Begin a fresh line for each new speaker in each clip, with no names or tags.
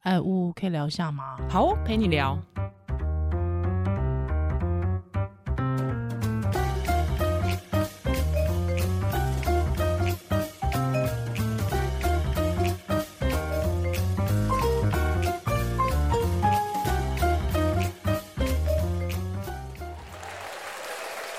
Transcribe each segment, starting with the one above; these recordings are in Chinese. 哎，呜，可以聊一下吗？
好哦，陪你聊。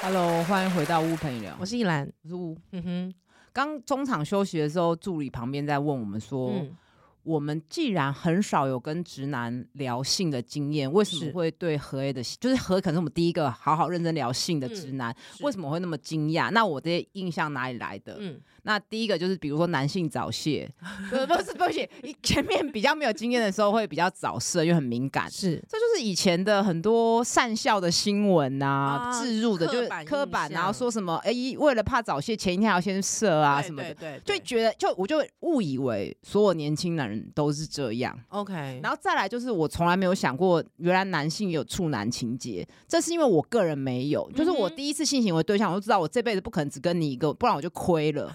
Hello，欢迎回到屋陪你聊，
我是依兰，
我是屋。
嗯哼，
刚中场休息的时候，助理旁边在问我们说。
嗯，
我们既然很少有跟直男聊性的经验，为什
是
么会对何 A 的，就是何 A 可能是我们第一个好好认真聊性的
嗯
直男，为什
么？
么会那么惊讶？那我这些印象哪里来的？
嗯，
那第一个就是比如说男性 早泄，不是不是不行，一前面比较没有经验的时候会比较早射，因为很敏感。
是
这就是以前的很多善笑的新闻啊，
啊
置入的
刻
就是
板
刻
印
板，然
象
后说什么哎、为了怕早泄，前一天还要先射啊什么的。
对
就觉得就我就误以为所有年轻男人都是这样，
OK，
然后再来就是我从来没有想过，原来男性也有处男情节，这是因为我个人没有，就是我
嗯哼
第一次性行为对象，我就知道我这辈子不可能只跟你一个，不然我就亏了。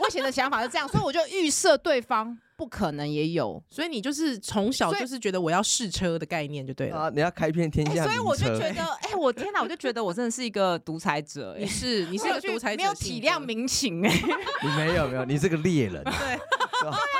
我以前的想法是这样，所以我就预设对方不可能也有，
所以你就是从小
所以
就是觉得我要试车的概念就对了。
啊，你要开遍天
哎
下、
所以我就觉得，哎、我天哪，我就觉得我真的是一个独裁者、
欸你
哎，
是你是一个独裁者，
没有体谅。民情、哎，
你没有没有，你是个猎人。啊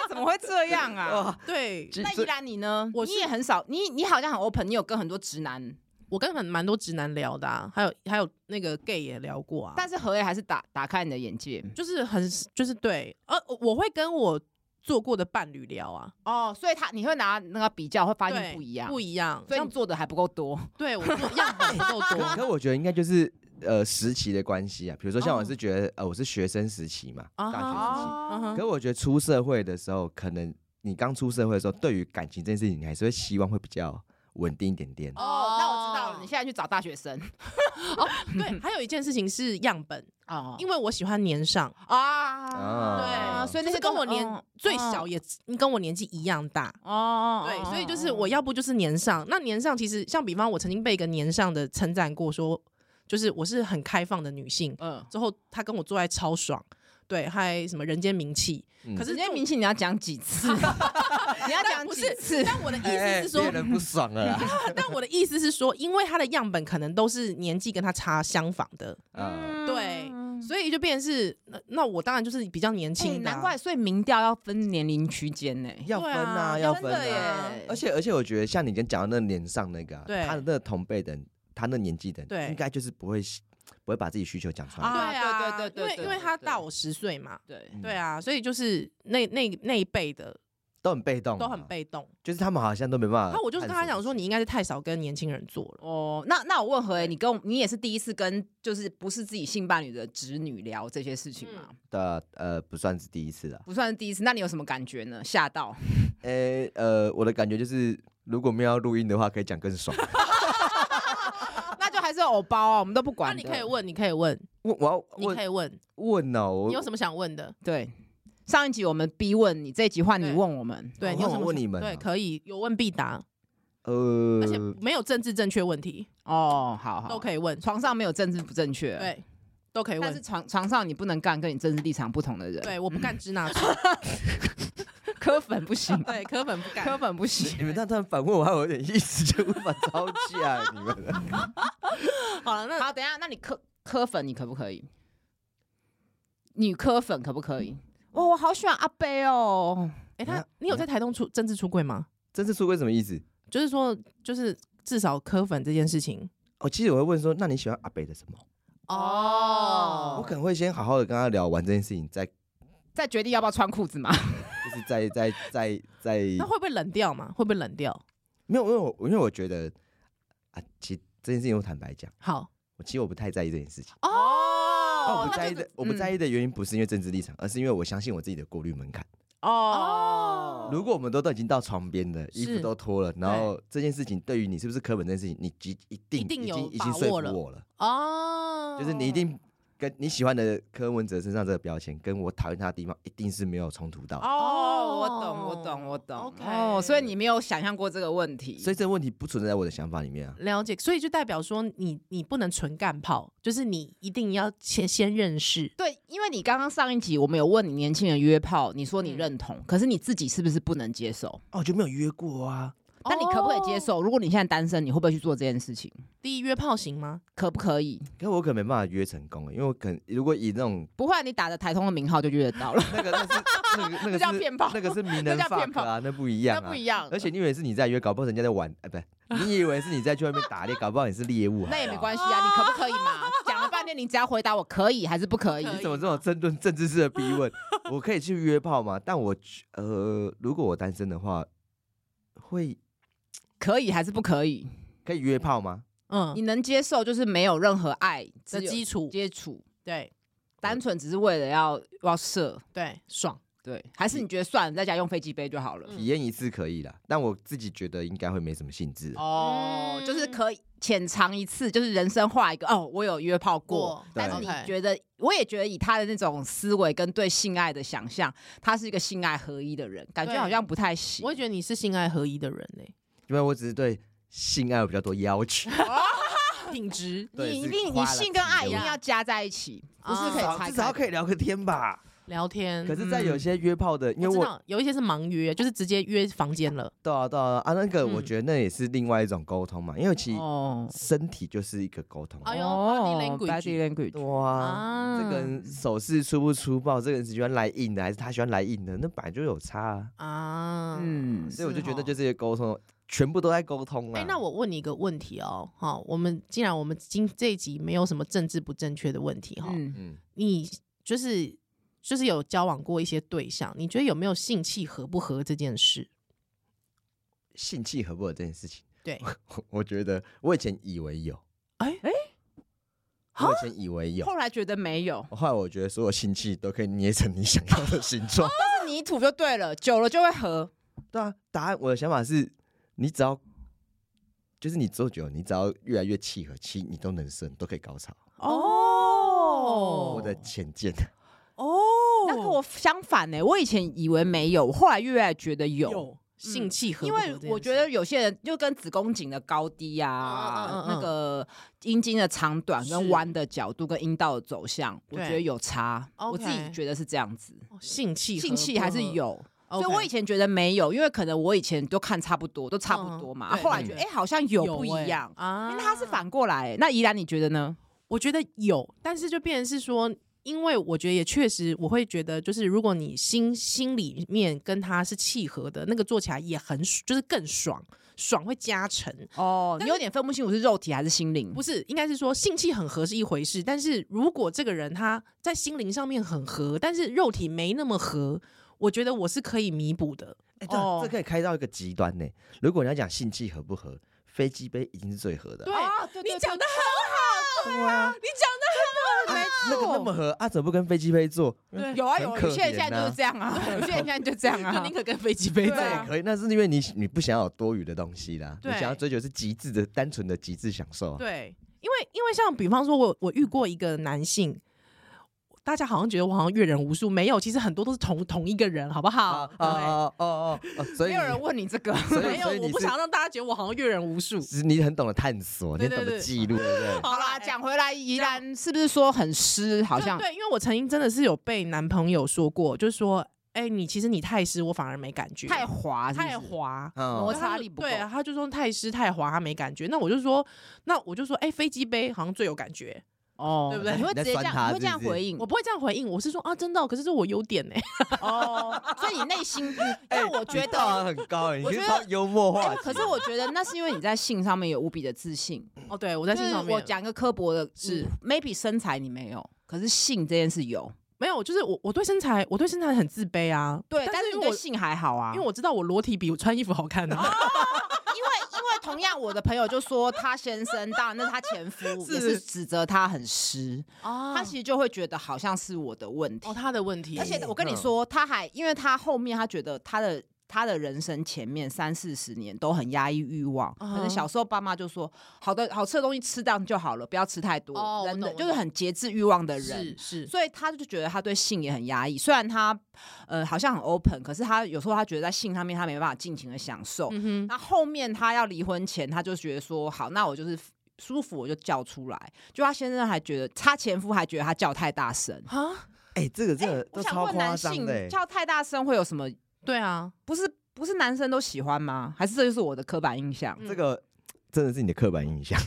怎么会这样 啊？
哇
对，
这
那依
这
然你呢？
我
你
是
也很少，你你好像很 open，你有跟很多直男
我跟很蛮多直男聊的、啊，还有还有那个 gay 也聊过啊。
但是何也还是打打开你的眼界
就是很就是对，呃，我会跟我做过的伴侣聊啊，
哦，所以他你会拿那个比较，会发
对
现不一样，
不一样。
所以
像
你做的还不够多。
对我做样本不 够
可可
多，
我觉得应该就是呃时期的关系啊，比如说像我
哦
是觉得、呃我是学生时期嘛，
啊
大
哈
学时期。
嗯哼
可我觉得出社会的时候，可能你刚出社会的时候，对于感情这件事情，你还是会希望会比较稳定一点点。
哦，那我知道了，你现在去找大学生
对，还有一件事情是样本，
哦，
因为我喜欢年上，
啊，
啊
对，所以那
哦就是
些
跟我年
哦
最小也跟我年纪一样大，
哦，
对，
哦
所以就是我要不就是年上，那年上其实像比方我曾经被一个年上的称赞过说，就是我是很开放的女性，
嗯，
之后他跟我做爱超爽，对，还什么人间名气，
嗯
可
可
是
是
这
那
种
明星你要讲几 次？你要讲
不
几
是
次？
但我的意
哎
思是说
猎，人不爽了啦。
但我的意思是说，因为他的样本可能都是年纪跟他差相仿的，
嗯
啊，
对，所以就变成是，那那我当然就是比较年
哎，
轻的啊、
难怪，所以民调要分年龄区间呢。
要分啊，
对啊
要
真
分
的
啊。
耶，
而且而且，我觉得像你跟讲的那年上那个、啊，
对
他的那个同辈的人，他那年纪的人，
对
应该就是不会不会把自己需求讲出来。
啊
对啊，
对对对对
因
对
为因为他
对
大我十岁嘛，
对
嗯
对啊，所以就是那那那一辈的
都很被动、啊
都很，被动。
就是他们好像都没办法。
那、我就跟他讲
呃
说，，你应该是太少跟年轻人做了。
哦，那那我问何你跟我你也是第一次跟就是不是自己性伴侣的直女聊这些事情
嗯
吗？
的呃不算是第一次了。
不算是第一次，那你有什么感觉呢？吓到？
诶、呃，我的感觉就是，如果没有要录音的话，可以讲更爽。
那就还是偶包啊，我们都不
那
管
你
的。
可以问，你可以问，
我我要
你可
问
以问，
问哦，我
你有什么想问的？
对，上一集我们逼问你，这一集换你
对
问我们。
对，
哦
你有什么
我问
想
你们
对，
啊
可以有问必答，
呃
而且没有政治正确问题
哦，好好，
都
以。
可以问，
床上没有政治不正确，，
对，都可以
但是
问。
床床上你不能干跟你政治立场不同的人，，
对，我不干支那 族，，
磕粉不行
对，科粉不
磕
敢。
粉不
你
行。
你们这样突然反问我，还有点意思，就无法招架啊你 们。
好了，那
好，等一下，那你磕磕粉你可不可以？女磕粉可不可
嗯
以？哇，我好喜欢阿贝哦，
哎、他你有在台东出政治出柜吗？
真是出柜什么意思？
就是说，就是至少科粉这件事情。
哦，其实我会问说，那你喜欢阿北的什么？
哦
我可能会先好好的跟他聊完这件事情，再就
再决定要不要穿裤子嘛。
是再再再再
那会不会冷掉嘛？会不会冷掉？
没有，因为我因为我觉得啊，其实这件事情我坦白讲，
好
我其实我不太在意这件事情。
哦
我不
那
在
就
意的，
是
我不
嗯
在意的原因不是因为政治立场，而是因为我相信我自己的过滤门槛。
哦
如果我们都都已经到床边了，衣服
是
都脱了，然后这件事情对于你是不是科本这件事情，你即一定
一定
已
有
经已
把
经说服
握了
我了，
哦，
就是你一定跟你喜欢的柯文哲身上这个标签，跟我讨厌他的地方一定是没有冲突到的。
哦，我懂，我懂，我懂。
OK
哦，所以你没有想象过这个问题，
所以这个问题不存在我的想法里面啊。
了解，所以就代表说你你不能纯干炮，就是你一定要先先认识。
对，因为你刚刚上一集我们有问你年轻人约炮，你说你认同，可是你自己是不是不能接受？
哦，就没有约过啊。
那你可不可以接受？如果你现在单身，你会不会去做这件事情？
第一约炮行吗？
可不可以？
可我可能没办法约成功，欸因为我可能如果以那种。
不会，你打着台通的名号就约得到了
那个那是 那个那
这
个
叫
是
骗炮
那个是名
这
人
叫骗
fuck 啊，那 不一样啊，
那不一样
而且你以为是你在约，搞不好人家在玩，哎，不是，你以为是你在去外面打猎，搞不好你是猎物。
那也没关系啊，你可不可以嘛？讲了半天，你只要回答我可以还是不可以
可
系
以
你怎么这种争论政治式的逼 问？我可以去约炮吗？但我呃，如果我单身的话，会
可以还是不可以？
可以约炮吗？
嗯
你，能接受就是没有任何爱
的基
础
础，
接触，
对
单纯只是为了要要射，
对，爽。
对？还
嗯
是你觉得算了，在家用飞机杯就好了？
体验一次可以啦，但我自己觉得应该会没什么兴致。
哦，
嗯
就是可以浅尝一次，就是人生画一个哦，我有约炮过
过，
但是
对
你
OK
觉得，我也觉得以他的那种思维跟对性爱的想象，他是一个性爱合一的人，感觉
对
好像不太行
我。也觉得你是性爱合一的人 呢、
因为我只是对性爱有比较多要求，
品质
对
你一
是
定，你
夸了
性
自己
跟爱
的
一定
问
要加在一起，不是
啊
可以拆嗯
至少
开
可以聊个天吧。
聊天。
可是，在有些约炮的，因为
我知
我
道有一些是盲约，就是直接约房间了。
对啊对啊啊，那个我
嗯
觉得那也是另外一种沟通嘛，因为其实
哦。
身体就是一个沟通。
哎呦
哦
body language
body language，
哇，
啊，
这个人手势粗不粗暴，这个人是喜欢来硬的还是他喜欢来硬的，那本来就有差 啊。
啊，
嗯，
所以我就是觉得
哦
就是一个沟通，全部都在沟通
哎、
啊。
那我问你一个问题哦，哈，我们既然我们今这一集没有什么政治不正确的问题哈，
嗯，
嗯，
你就是就是有交往过一些对象，你觉得有没有性气合不合这件事？
性气合不合这件事情，
对，
我我觉得我以前以为有，
哎哎，
我以前以为有，
后来觉得没有，
后来我觉得所有性气都可以捏成你想要的形 状。
是泥土就对了，久了就会合。
对啊，答案我的想法是，你只要就是你做久了，你只要越来越契合，其实你都能生，都可以高潮。
哦
我的浅见，
哦，
那跟我相反呢、欸我以前以为没有，我后来越来越觉得有。
有嗯性气合
因
不合这
为
件事，
我觉得有些人就跟子宫颈的高低
嗯嗯
啊
嗯，嗯
那个阴茎的长短
是
跟弯的角度跟阴道的走向，我
对
觉得有差。
OK
我自己觉得是这样子，
哦性气
性器还是
有。
有。所
OK
以我以前觉得没有，因为可能我以前都看差不多，都差不多
嗯
嘛。
对
啊后来觉得
对
哎，好像有不
欸
一样，
啊
因为它是，反过来欸。那怡然你觉得呢？
我觉得有，但是就变成是说，因为我觉得也确实，我会觉得就是如果你心心里面跟他是契合的，那个做起来也很爽就是更爽，爽会加成。
哦，
但
你
是
有点分不清我是肉体还是心灵
不。是，应该是说性气很合是一回事，但是如果这个人他在心灵上面很合，但是肉体没那么合，我觉得我是可以弥补的。
哎、对啊、
哦
这可以开到一个极端呢、如果你要讲性气合不合，飞机杯一定是最合的啊、
啊对对
你讲的
对啊，
你讲
啊那个那么合，啊，怎么不跟飞机杯做？
对
有啊
很
有啊，
可
有些人现在就是
怜啊
这样啊， 有些人现在就这样
嗯的，就
啊
宁。可跟飞机杯
对
在
啊
那也可以，那是因为你你不想要有多余的东西啦，你
对
想要追求是极致的、单纯的极致享受啊。
对，因为因为像比方说我，我遇过一个男性，大家好像觉得我好像阅人无数，没有，其实很多都是同同一个人，好不好？
啊哦哦哦哦，所
没
以
有人问你这个，
所
对
以
没有
所以，你
我不
是
想让大家觉得我好像阅人无数。
是你很懂得探索，你
对
很
对
懂得
对
记录，对不对？
好啦，讲回来，宜兰是不是说很湿？好像
对，对因为我曾经真的是有被男朋友说过，就是说，哎、你其实你太湿，我反而没感觉，
太滑，是不是
太。滑。
嗯
摩
对他
擦
就
力不
对
够
啊，他就说太湿太滑，他没感觉。那我就说，那我就说，哎、飞机杯好像最有感觉。
哦，
对不对
你会直接这
你在
样，
酸他
你会这样
是不是
回应
我不会这样回应，我是说啊，真的哦、可是这我有点呢、
哦，所以你内 心，但我觉
哎你
得。
道行很高，欸你
我
可以
觉得
超幽默化
哎
题。
可是我觉得那是因为你在性上面有无比的自信，
哦，对我
就
在性
是
上面，
我讲一个刻薄的，
是
嗯 maybe 身材你没有，可是性这件事有，
没有，就是我我对身材，我对身材很自卑啊。
对，
但
但是
因
你
为我
对性还好啊，
因为我知道我裸体比我穿衣服好看啊。
因为因为同样，我的朋友就说他先生，当然那是他前夫，
是
也是指责他很湿，
哦
他其实就会觉得好像是我的问题
哦。他的问题，
而且我跟你
嗯
说，他还因为他后面他觉得他的他的人生前面三四十年都很压抑欲望，
嗯
可能小时候爸妈就说好的好吃的东西吃到就好了，不要吃太多，
哦我
人的
懂我
就是
懂
很节制欲望的人
是。是，
所以他就觉得他对性也很压抑，虽然他呃好像很 open，可是他有时候他觉得在性上面他没办法尽情的享受。
嗯哼，
那后面他要离婚前，他就觉得说好，那我就是舒服我就叫出来。就他先生还觉得他前夫还觉得他叫太大声，
啊，
哎，这个真的
我
都
想
超
问
夸
男
张
性
的欸，
叫太大声会有什么？
对啊，
不是不是男生都喜欢吗？还是这就是我的刻板印象？
嗯
这个真的是你的刻板印象。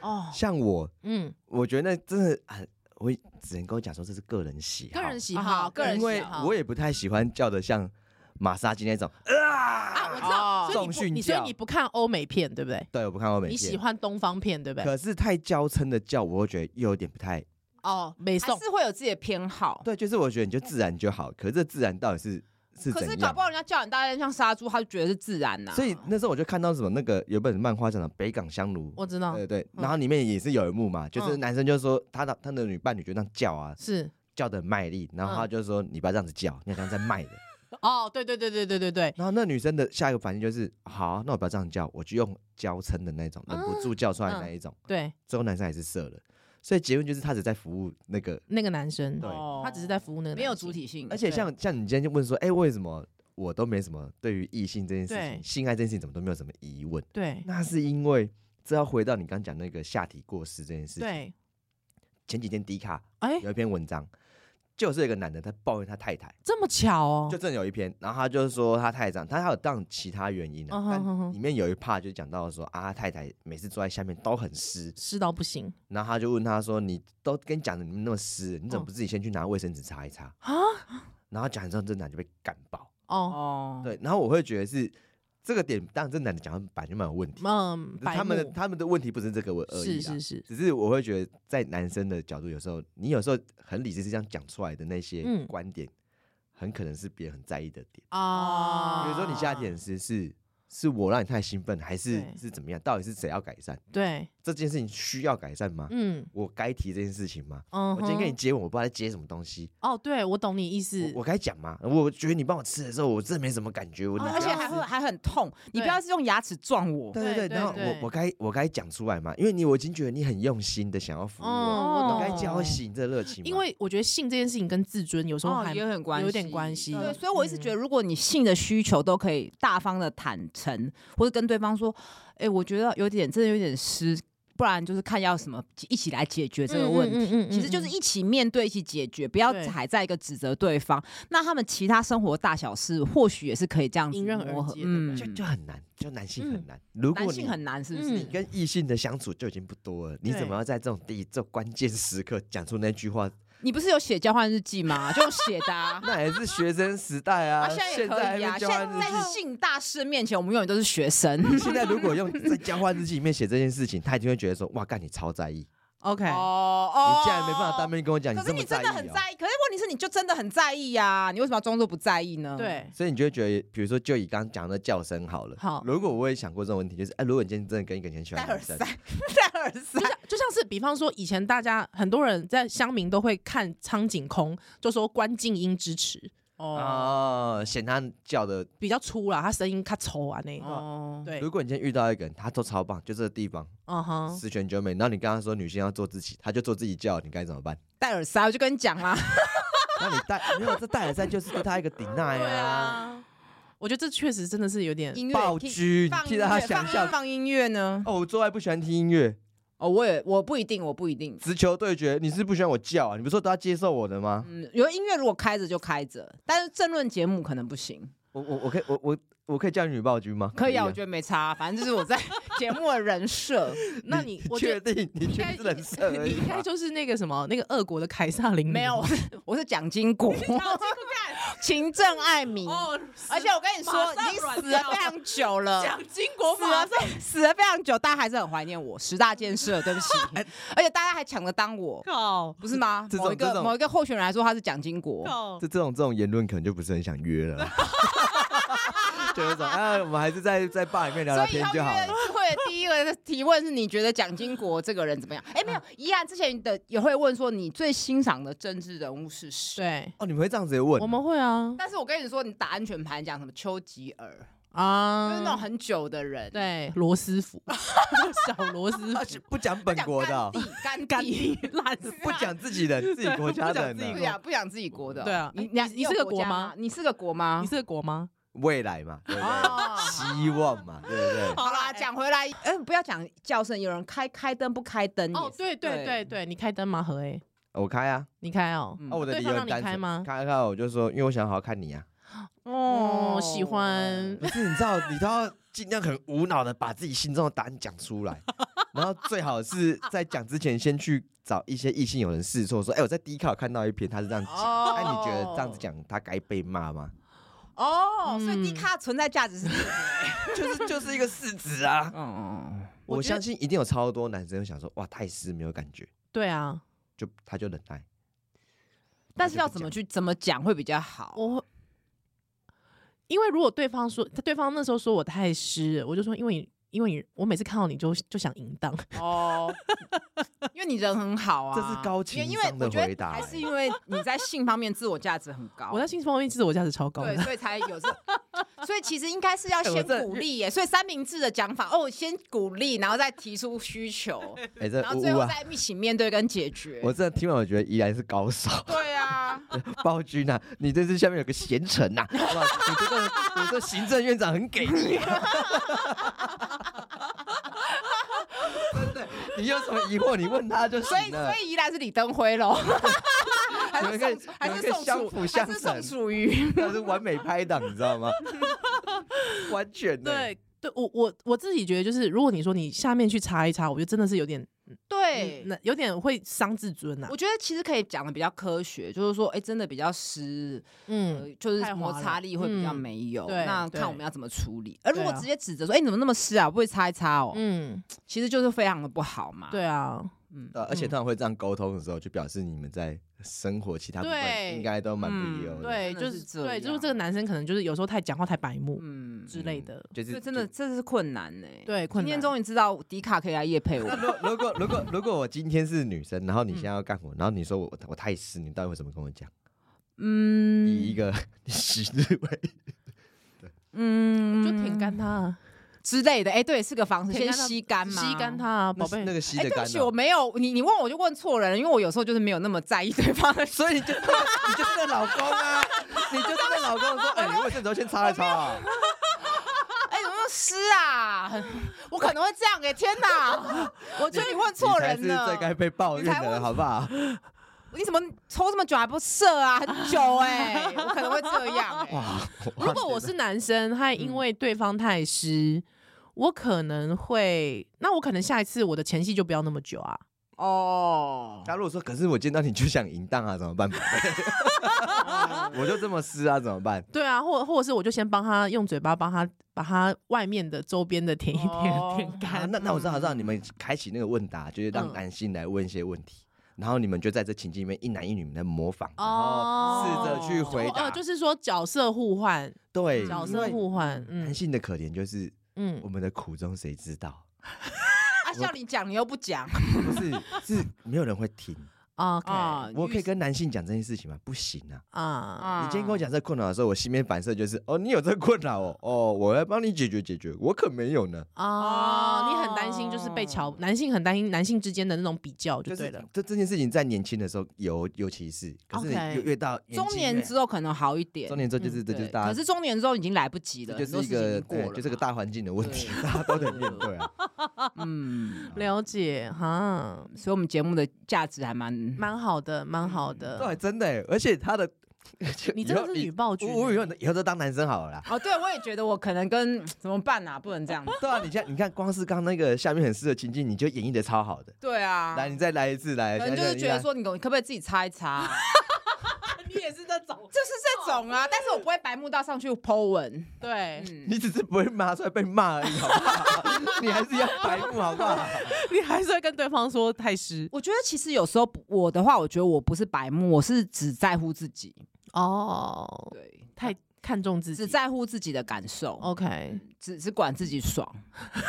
哦，
像我，
嗯，
我觉得那真的很，我只能跟我讲说这是个人喜好，
个人喜
啊
好，
好
个人
因
喜
为
好，
我也不太喜欢叫的像马杀鸡那种。
啊，我知道，
哦
所以你
重
不，
训
你所以
教
你不看欧美片对不对？
对，我不看欧美片，
你喜欢东方片对不对？
可是太娇嗔的叫，我会觉得又有点不太
哦，美
还
颂
是会有自己的偏
哦
好。
对，就是我觉得你就自然就好。可是这自然到底是是
可
怎
是
样？
搞不好人家叫你大家像杀猪，他就觉得是自然呐、
所以那时候我就看到什么那个有本漫画叫什么《北港香炉》，
我知道
对对，然后里面也是有一幕嘛，就是
嗯
男生就说他的他的女伴侣就这样叫啊，
是
叫的卖力，然后他
嗯
就说你不要这样子叫，你好像在卖的。
哦，对对对对对对对，
然后那女生的下一个反应就是好啊，那我不要这样叫，我就用娇嗔的那种，忍不住叫出
啊
来的那一种。
对，
最后男生还是射了，所以结论就是他只在服务那个，
那个男生，
对
哦
他只是在服务那个，
没有主。体性，
嗯
而且
对
像像你今天就问说，哎，为什么我都没什么对于异性这件事
对嗯
情、性爱这件事情怎么都没有什么疑问？
对
那是因为这要回到你刚讲那个下体过湿这件事。，
对，
前几天迪卡
哎，
有一篇文章，就是有一个男的他抱怨他太太，
这么巧哦
就，真的有一篇，然后他就说他太太这样，他还有当其他原因
嗯
啊，
哼哼
但
哼
里面有一 part 就讲到说啊，他太太每次坐在下面都很湿，
湿到不行
然后他就问他说，你都跟你讲的你们那么湿，
嗯
你怎么不自己先去拿卫生纸擦一擦？
啊，
然后讲完之后，这男就被干爆。
哦，
哦，
对，然后我会觉得是这个点，当然这男的讲话本来就蛮有问题，
嗯，白
他们的
目
他们的问题不是这个我而已
是
啦
是。是，
只是我会觉得，在男生的角度，有时候你有时候很理智是这样讲出来的那些
嗯
观点，很可能是别人很在意的点。
啊，
比如说你下体很湿，是是我让你太兴奋，还是
对
是怎么样？到底是谁要改善
对，
这件事情？需要改善吗？
嗯
我该提这件事情吗？
嗯，
我今天跟你
哼
接吻，我不知道在接什么东西，
哦，对我懂你意思
我，我该讲吗？我觉得你帮我吃的时候，我真的没什么感觉，我
哦
哪
而且
知道
还
是
会还很痛，你不要是用牙齿撞我。
对对
对
对，然后
对对
我我该我该讲出来吗？因为你我已经觉得你很用心的想要服务我，
嗯，我
哦
我
懂，
该浇醒这热情吗。
因为我觉得性这件事情跟自尊有时候
哦
还
也有点关系，
有点关系
对，所以我一直
嗯
觉得，如果你性的需求都可以大方的坦诚，或者跟对方说，哎、我觉得有点真的有点湿，不然就是看要什么一起来解决这个问题。
题，嗯嗯嗯
其实就是
嗯
一起面对，一起解决，不要
对
还在一个指责对方。那他们其他生活大小事，或许也是可以这样子
迎刃而
磨合
解。
嗯，
就就很难，就男性很难。如果
男
你
性很难，是
嗯
不是？
你跟异性的相处就已经不多了，你怎
对
么要在这种第一这种关键时刻讲出那句话？
你不是有写交换日记吗？就用写 的、啊。
那还是学生时代啊，
啊，现在也可以啊！现
现在
在
还没交换
在
日
性大师面前，我们永远都是学生。
记。现在如果用在交换日记里面写这件事情，他一定会觉得说：“哇，干你超在意，你
，OK，
哦
竟哎然没办法当面跟我讲
可
这
是
么
你
在
真
意
的很
哦。
在意，可是问题是你就真的很在意呀、你为什么要装作不在意
嗯
呢？，
对”，
所以你就会觉得，比如说，就以刚刚讲的叫声好了。
好
如果我也想过这种问题，就是哎，如果你今天真的跟一个你很喜
戴
欢的
耳
女
塞，
生，
戴耳
就。
塞
像就像是比方说，以前大家很多人在乡民都会看苍井空，就说关静音支持
哦
哦，嫌他叫的
比较粗啦，他声音咔抽啊那，
哦，
对
如，果你今天遇到一个人，他都超棒，就这个地方
嗯哼，
十全九美，然后你跟他说女性要做自己，他就做自己叫，你该怎么 办？
戴耳塞，我就跟你讲啦。
那你戴没有这戴耳塞就是对他一个顶耐啊，
啊，我觉得这确实真的是有点
音乐
暴
听
君，
放
替
音
他
乐，
想
放
象。
放音乐呢？
哦，我做爱不喜欢听音乐，
哦，我也我不一定，我不一定。
直球对决，你是不喜欢我叫啊？你不是说都要接受我的吗？
嗯，有的音乐如果开着就开着，但是政论节目可能不行。
我我我可以我我我可以叫你女暴君吗？
可以啊，我觉得没差，反正就是我 在节目的人设。
那你我觉
确
得
定你确
该
定是人设而
你
已
应
吗
该就是那个什么那个俄国的凯撒琳，
没有， 我是我是蒋经国，勤政爱 民。
哦，
而且我跟你说，
马上
已经
软
死了
掉
非常久了。
蒋经国
死 了非死了非常久，大家还是很怀念我十大建设，对不起，而且大家还抢着当我，
靠
不是吗？
这种
某一
这
个
种
某一个候选人来说他是蒋经国，
靠
这这种这种言论可能就不是很想约了，觉得说，哎，我们还是在在坝里面聊聊
所以
天
邀
就好
约
了。
智慧的第一个提问是：你觉得蒋经国这个人怎么样？哎，没有，怡然之前的也会问说，你最欣赏的政治人物是谁？
对，
哦，你们会这样直接问？
我们会啊
但是我跟你说，你打安全牌讲什么丘吉尔，就是那种
啊，
很久的哦人，，
对，罗斯福， 小罗斯
啊
福，
是不讲本国的哦，
甘地，甘
干
地，
地烂死，
不讲自己的，自己国家的
啊
啊
不讲自己
不
国
讲不讲自己国的
呢？
哦。
对啊
哎
你你是
有
个
国
国
家
吗
吗？你是个国吗
你？是个国吗？
未来嘛，对不对？
哦
希望嘛，对不对？
好啦，讲回来，哎，不要讲叫声，有人开开灯不开灯也
哦，
是
对对对，对，你开灯吗？何 A，
我开啊，
你开哦，
嗯
啊，我的
对
理
方
由
让
很
你
单
开
纯
吗
开开，我就说，因为我想好好看你啊。
哦，喜欢
不是，你知道，你都要尽量很无脑的把自己心中的答案讲出来，然后最好是在讲之前先去找一些异性有人试错，说，哎、我在 D 卡看到一篇，他是这样讲，
哦
那、你觉得这样子讲，他该被骂吗？
哦，所以
嗯
低卡存在价值是这个，
就是就是一个市值啊
嗯！嗯
我
我
觉得
相信一定有超多男生会想说，哇，太湿没有感觉，
对啊，
就他就忍耐。
但是要怎么去怎么讲会比较
哦
好？
我因为如果对方说他对方那时候说我太湿了，我就说因为你因为你我每次看到你就就想淫荡，
哦，因为你人很好啊，
这是高情
因为因
商
为
的
我觉
回
得
答
还是因为你在性方面自我价值很高，
我在性方面自我价值超高
对，
的，
所以才有这，所以其实应该是要
哎我
先
这
鼓励 耶，所以三明治的讲法哦，先鼓励，然后再提出需求，
哎、这
然后
呜
最
呜
后
啊！
再一起面对跟解决。
我真的听完，我觉得依然是高手。
对啊，
暴君啊，你这次下面有个贤臣啊 呐、哇，你这个你这行政院长很给力、啊。 真的，你有什么疑惑，你问他就
所以
行了
所。以依然是李登 辉喽，还
你
是
们可以
宋还
你
是
们可以
宋
相
楚
辅
还
相
是宋
成，
楚
嗯
瑜？
那是完美拍档，你知道吗？ 完全的、
对对，我我我自己觉得就是，如果你说你下面去查一查，我觉得真的是有点嗯
对，
那有点会伤自尊啊
我，觉得其实可以讲的比较科学，就是说，哎、真的比较湿，呃
嗯，
就是
太滑
摩
了
擦力会比较
嗯
没有。
对
那
对
看我们要怎么处理。而如果
对啊
直接指责说，哎、你怎么那么湿啊？不会擦一擦哦、
嗯，
其实就是非常的不好嘛。，
对啊，
嗯，
呃而且通常会这样沟通的时候，就表示你们在生活其他部
对
分应该都蛮不一样
嗯
的，
对，
真的
就是是
这
对，就是
样
这个男生可能就是有时候太讲话太白目
嗯，
之类的，
就是
这真的这是困难呢、
对，困
今天
难
终于知道迪卡可以来夜配我
那。如果如果如果如果我今天是女生，然后你现在要干我，然后你说我我太湿，你到底会怎么跟我讲？以
嗯
一个 十字为
嗯，
就舔干他啊，
之类的。哎、对，是个方式，
舔
先
干他
吸干嘛？
吸干。他啊，
那
宝
是
贝
那，个吸
哎、
的
对
干
不
哦
起，我没有你，你问我就问错人了，因为我有时候就是没有那么在意对方的
所以你就你就是那老公啊，你就是那老公说，哎，你卫生纸要先擦一擦啊。
哎、怎么又湿 啊？我可能会这样哎、天哪！我觉得你问错人
你才是
了
最，该被抱怨
你才
的，好不好？
你怎么抽这么久还不射啊？很久哎、我可能会这样、哎。
哇！
如果我是男生，他
嗯
因为对方太湿，我可能会，那我可能下一次我的前戏就不要那么久啊，
哦，
他如果说，可是我见到你就想淫荡啊，怎 么办？ 我就这么湿啊，怎么办？
对啊，或或者是我就先帮他用嘴巴帮他把他外面的周边的舔一
哦
舔，舔
啊，
干，
那那我知道，知道你们开启那个问答，就是让
嗯
男性来问一些问题，然后你们就在这情境里面一男一女在模仿，然
哦
后试着去回答，
呃，就是说角色互换，
对，
角
啊嗯因
色
为
互换，
男
嗯
性的可怜就是
嗯
我，们的苦衷谁知 道？
啊，叫你讲你又不讲
不是，是没有人会听。
啊
啊，
哎我可以跟男性讲这件事情吗？不行哦啊！
啊，
你今天跟我讲这困扰的时候，我心里面反射就是，哦，你有这困扰哦，哦，我来帮你解决解决，我可没有呢。
哦，你很担心就是被瞧，男性很担心男性之间的那种比较就
哦就
对
是
了。
这这件事情在年轻的时候尤尤其是，可是
OK
你越越到纪
中年
越
之后可能好一点
欸中，年之后就
嗯
是这就是
对
大
可
家，
是中年之后已经来不及了，
这就是一
很多事
个
情已经过
对，
了，
就是个，大环境的问题
对，
大家都得面对啊。
嗯，
了解哈，
所以我们节目的价值还蛮
蛮好的，蛮好的。
嗯
对，真的欸，而且他 的
你
以
真的
后
是
你
女暴君欸，
我我以后以后都当男生好了啦。
哦，对，我也觉得我可能跟怎么办啊？不能这样，
对啊，你像你看，光是刚那个下面很适合情境，你就演绎的超好的。
对啊，
来，你再来一次，来，
可能
现
就
在
是
你
觉得
来
说，你可可不可以自己擦一 擦、
你也是这种，
就是这种啊，但是我不会白目到上去 Po 文。
对，
嗯，
你只是不会骂出来被骂而已，好不好？ 你还是要白目，好不 好？
你还是会跟对方说太湿
我觉得其实有时候不我的话，我觉得我不是白目，我是只在乎自己。
哦，
对，
太看重自己嗯
只在乎自己哦的感受，
OK，
只只管自己 爽，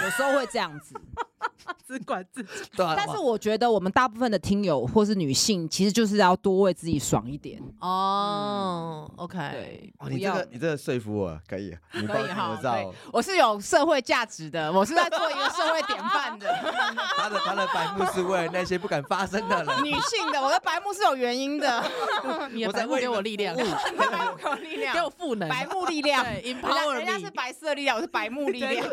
有时候会这样子。
只管自己。
对啊，
但是我觉得我们大部分的听友或是女性，其实就是要多为自己爽一点。
哦、o k
对，
哇
不
你这
要
个你这个说服我可以，啊你帮
可以哈
我照
我是有社会价值的，我是在做一个社会典范 的
他的他的白目是为了那些不敢发声的 人，
女性的，我的白目是有原因的，
你的
我在
白目
为
给
你
我
们
力量，
你的 白目给我力量
给我赋能，
啊
啊
白目力量，
对
人家
empower
人家
me
是白色力量，我是白目力 量。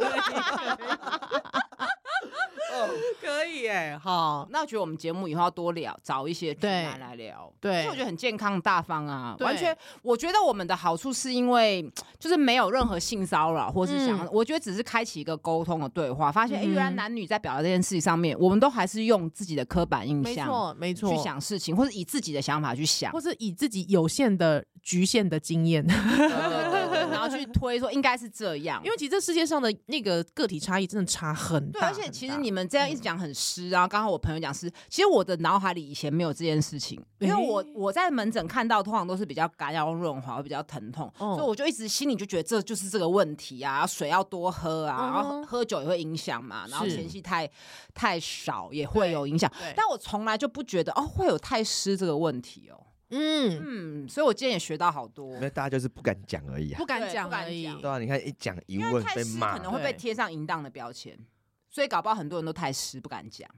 可以哎、好，
那我觉得我们节目以后要多聊，找一些直
对
男来聊，
对
因为我觉得很健康大方啊，
对
完全，我觉得我们的好处是因为就是没有任何性骚扰，或是想，
嗯
我觉得只是开启一个沟通的对话，发现哎、
嗯
诶原来男女在表达这件事情上面，我们都还是用自己的刻板印
没
象
错，没错，
去，想事情，或者以自己的想法去想
或。是以自己有限的、局限的经验，
对对对对然后去推说应该是这样，
因为其实这世界上的那个个体差异真的差很
对，
大。
而且
很
其实
大嗯
你们这样一直讲很湿啊，刚好我朋友讲湿，其实我的脑海里以前没有这件事情，因为
诶
我我在门诊看到通常都是比较干要润滑，会比较疼痛，
哦
所以我就一直心里就觉得这就是这个问题啊，水要多喝啊，
嗯哼
然后喝喝酒也会影响嘛，然后
是
前戏太太少也会有影响，
对
但我从来就不觉得哦会有太湿这个问题哦，
嗯，
嗯，所以我今天也学到好多，
那大家就是不敢讲而已啊
不。敢
对
讲
不敢
而已。
讲
对啊，你看一讲一
因为
问
太
被
湿
骂
可，能会
对
被贴上淫荡的标签，所以搞不好很多人都太湿不敢讲。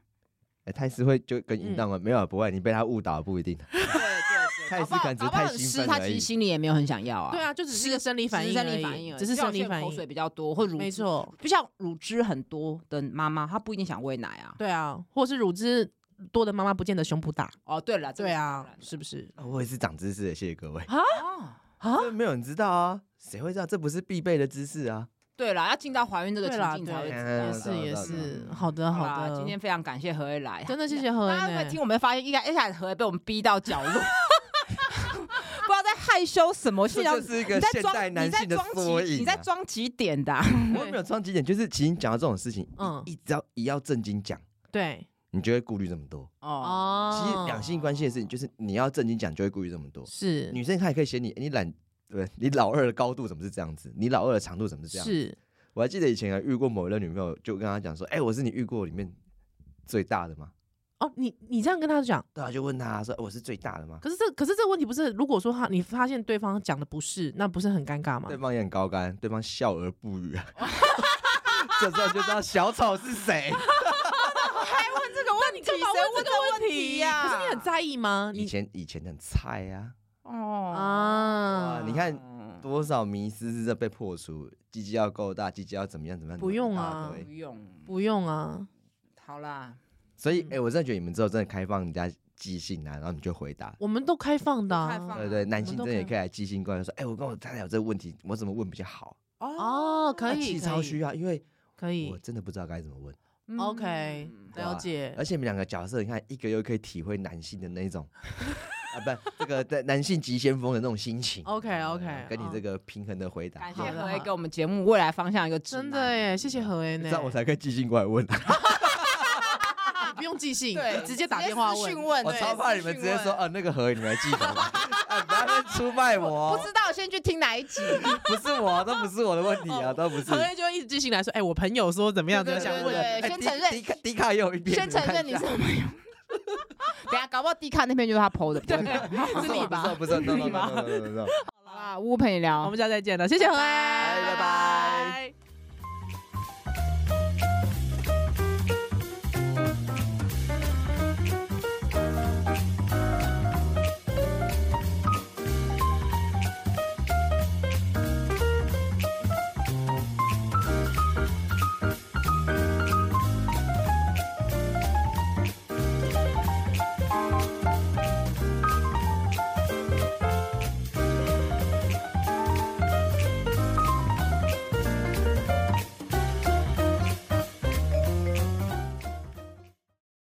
哎太师会就
嗯
跟淫荡完没有啊不会，你被他误导不一定。
对 对对，
泰
搞
斯
不好
可能只
搞
是
不好
太
很
兴
湿
奋
他
而
其实
已
心里也没有很想要啊。
对，啊，就只是一个生理反
只是
应，
生理反应而已，
只是
像
生
有些
理
人
反
口水
应，
比较多或乳
没
汁，
错，
就像乳汁很多的妈妈，她不一定想喂奶啊。
对啊，或是乳汁多的妈妈不见得胸部大，
哦，对了，这个
对
当
啊
然，的
是不是？
啊 我也是长知识的，谢谢各位。
啊，
这没有人知道啊，谁会知道？这不是必备的知识啊。
对了，要进到怀孕这个
对
情
啦
境
对
才会
也
嗯
知
是
道。
也
到
是，
到
好的好
啦
的，
今天非常感谢何以来，
真的谢谢何恩
大家
欸
会听我们会发现，一开一开始何以被我们逼到 角落，不知道在害羞什么，
这
现在
就是一
你
个
在
现
装
代男
你在
性的
装几
缩影啊。
你在装几点的啊？
我没有装几点，就是其实你讲到这种事情，
嗯
嗯，一只要一要正经讲，
对
你就会顾虑这么多。
哦，
哦
其实两性关系的事情，就是你要正经讲，就会顾虑这么多。
是
女生她也可以嫌你，哎你懒，对不对你老二的高度怎么是这样子？你老二的长度怎么是这样？
是
我还记得以前还遇过某一任女朋友，就跟她讲说：“哎、我是你遇过里面最大的吗
哦，你你这样跟他讲，？”
对啊，就问她说：“我是最大的吗
可是这可是这个问题不是，如果说他你发现对方讲的不是，那不是很尴尬？”吗
对？方也很高干，对方笑而不语啊。 这时候就知道小丑是 谁。
还哎问这个问题？
干嘛
谁问
这个问
题呀、
可是你很在意吗？
以
你
前以前很菜啊，
哦
啊
哇，你看多少迷思是这被破除，鸡鸡要够大，鸡鸡要怎么样怎么样，
不用啊
一大堆
不用，
不用啊，
好啦，
所
嗯
以，哎、我真的觉得你们之后真的开放人家寄信来，然后你就回答。
我们都开放的
都开放
啊
啊。
对对，男性
都
真的也
可以
可以来寄信过来说，哎、我跟我太太有这个问题，我怎么问比较好？
哦，可
那
以，
其实
可
超
以
需要，因为
可以
我真的不知道该怎么问。
嗯
OK，
对
了
吧
解。
而且你们两个角色，你看一个又可以体会男性的那种啊，不，这个对男性急先锋的那种心情。
OK，OK，
对跟你
哦
这个平衡的回答
感，谢
好的
何
好
以
的
给我们节目未来方向一个指
真
南
的耶，谢谢何恩
这
呢，
样我才可以寄信过来问。
你不用寄信，
对，
你直接打电话
私讯
问。
问，
我
对
超怕你们直接说，，啊，那个何你们来寄什么？啊，不要在出卖
私讯问
我
不
哦，
知道先去听哪一 集，
不是我，都不是我的问题啊，都不是
何。恩就会一直寄信来说，哎，我朋友说怎么样，怎
对
么
对
想
对
问。
对
哎
先
迪
承认
迪卡迪卡也有一篇，
先承认你是
是
没有。等一下，搞不好低看那篇就是他 PO 的，对
不
是
是
你
我不是我
吧？
不是我，不是
你吧
吧？no，no，no，no，no，no，no，no
好啦，呜呜陪你聊，
我们下次再见了，谢谢何恩，
拜拜。